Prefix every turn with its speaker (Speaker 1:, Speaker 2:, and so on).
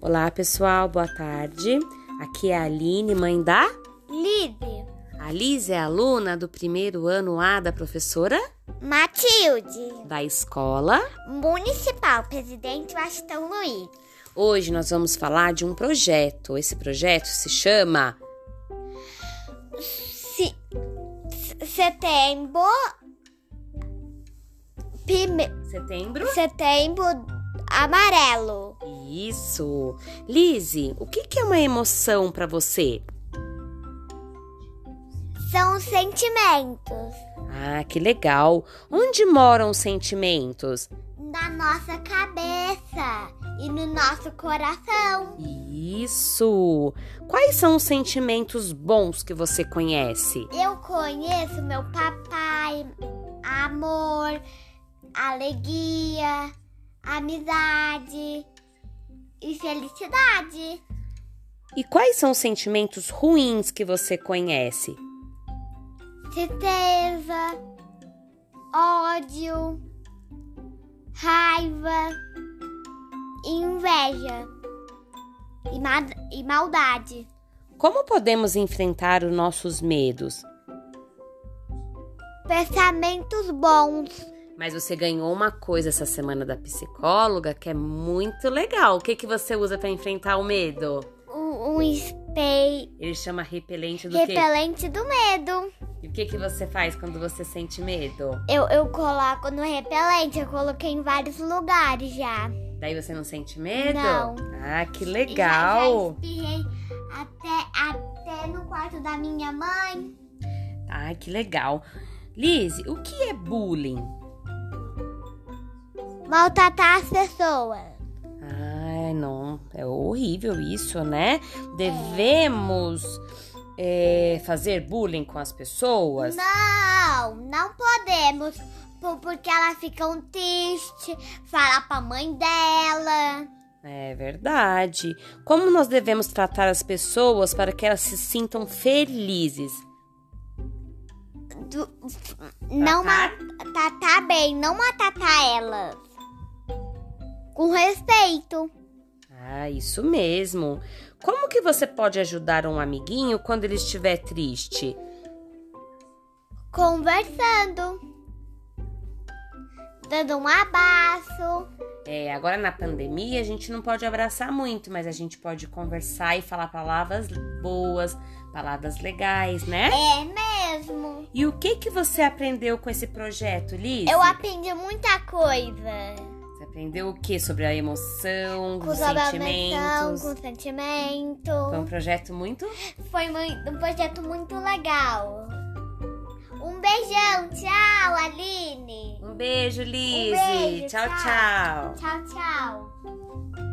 Speaker 1: Olá, pessoal, boa tarde. Aqui é a Aline, mãe da
Speaker 2: Libre,
Speaker 1: A Liz é aluna do primeiro ano A da professora
Speaker 2: Matilde,
Speaker 1: da escola.
Speaker 2: Municipal Presidente Washington Luiz,
Speaker 1: Hoje nós vamos falar de um projeto. Esse projeto se chama
Speaker 2: Se- se- Setembro, prime-
Speaker 1: Setembro.
Speaker 2: Setembro Amarelo,
Speaker 1: Isso. Lise, o que que é uma emoção para você?
Speaker 2: são os sentimentos
Speaker 1: Ah, que legal. Onde moram os sentimentos?
Speaker 2: na nossa cabeça e no nosso coração.
Speaker 1: Isso. Quais são os sentimentos bons que você conhece?
Speaker 2: Eu conheço meu papai, amor, alegria, amizade e felicidade.
Speaker 1: E quais são os sentimentos ruins que você conhece?
Speaker 2: tristeza, ódio, raiva, inveja e, ma- e maldade
Speaker 1: Como podemos enfrentar os nossos medos?
Speaker 2: pensamentos bons.
Speaker 1: Mas você ganhou uma coisa essa semana da psicóloga que é muito legal. O que, que você usa para enfrentar o medo?
Speaker 2: Um, um espelho
Speaker 1: Ele chama repelente do quê?
Speaker 2: repelente do medo.
Speaker 1: E o que, que você faz quando você sente medo?
Speaker 2: Eu, eu coloco no repelente, eu coloquei em vários lugares já.
Speaker 1: Daí você não sente medo?
Speaker 2: Não.
Speaker 1: Ah, que
Speaker 2: E Já, já
Speaker 1: legal!
Speaker 2: espirrei até, até no quarto da minha mãe.
Speaker 1: Ah, que legal. Liz, o que é bullying?
Speaker 2: Maltratar as pessoas.
Speaker 1: Ai, não, é horrível isso, né? Devemos eh, fazer bullying com as pessoas?
Speaker 2: Não, não podemos. po- Porque elas ficam tristes, falar pra mãe dela.
Speaker 1: É verdade. Como nós devemos tratar as pessoas para que elas se sintam felizes?
Speaker 2: do- não
Speaker 1: Tratar?
Speaker 2: ma- tratar bem, não maltratar elas. Com respeito.
Speaker 1: Ah, isso mesmo. Como que você pode ajudar um amiguinho quando ele estiver triste?
Speaker 2: Conversando. Dando um abraço.
Speaker 1: É, agora na pandemia a gente não pode abraçar muito, mas a gente pode conversar e falar palavras boas, palavras legais, né?
Speaker 2: É mesmo.
Speaker 1: E o que que você aprendeu com esse projeto, Liz?
Speaker 2: Eu aprendi muita coisa.
Speaker 1: Você aprendeu o que sobre a emoção,
Speaker 2: Com
Speaker 1: os
Speaker 2: abração,
Speaker 1: sentimentos?
Speaker 2: com sentimento.
Speaker 1: Foi um projeto muito
Speaker 2: Foi mui- um projeto muito legal. Um beijão, tchau, Aline.
Speaker 1: Um beijo, Lise.
Speaker 2: beijo,
Speaker 1: tchau,
Speaker 2: tchau.
Speaker 1: tchau.
Speaker 2: Tchau, tchau.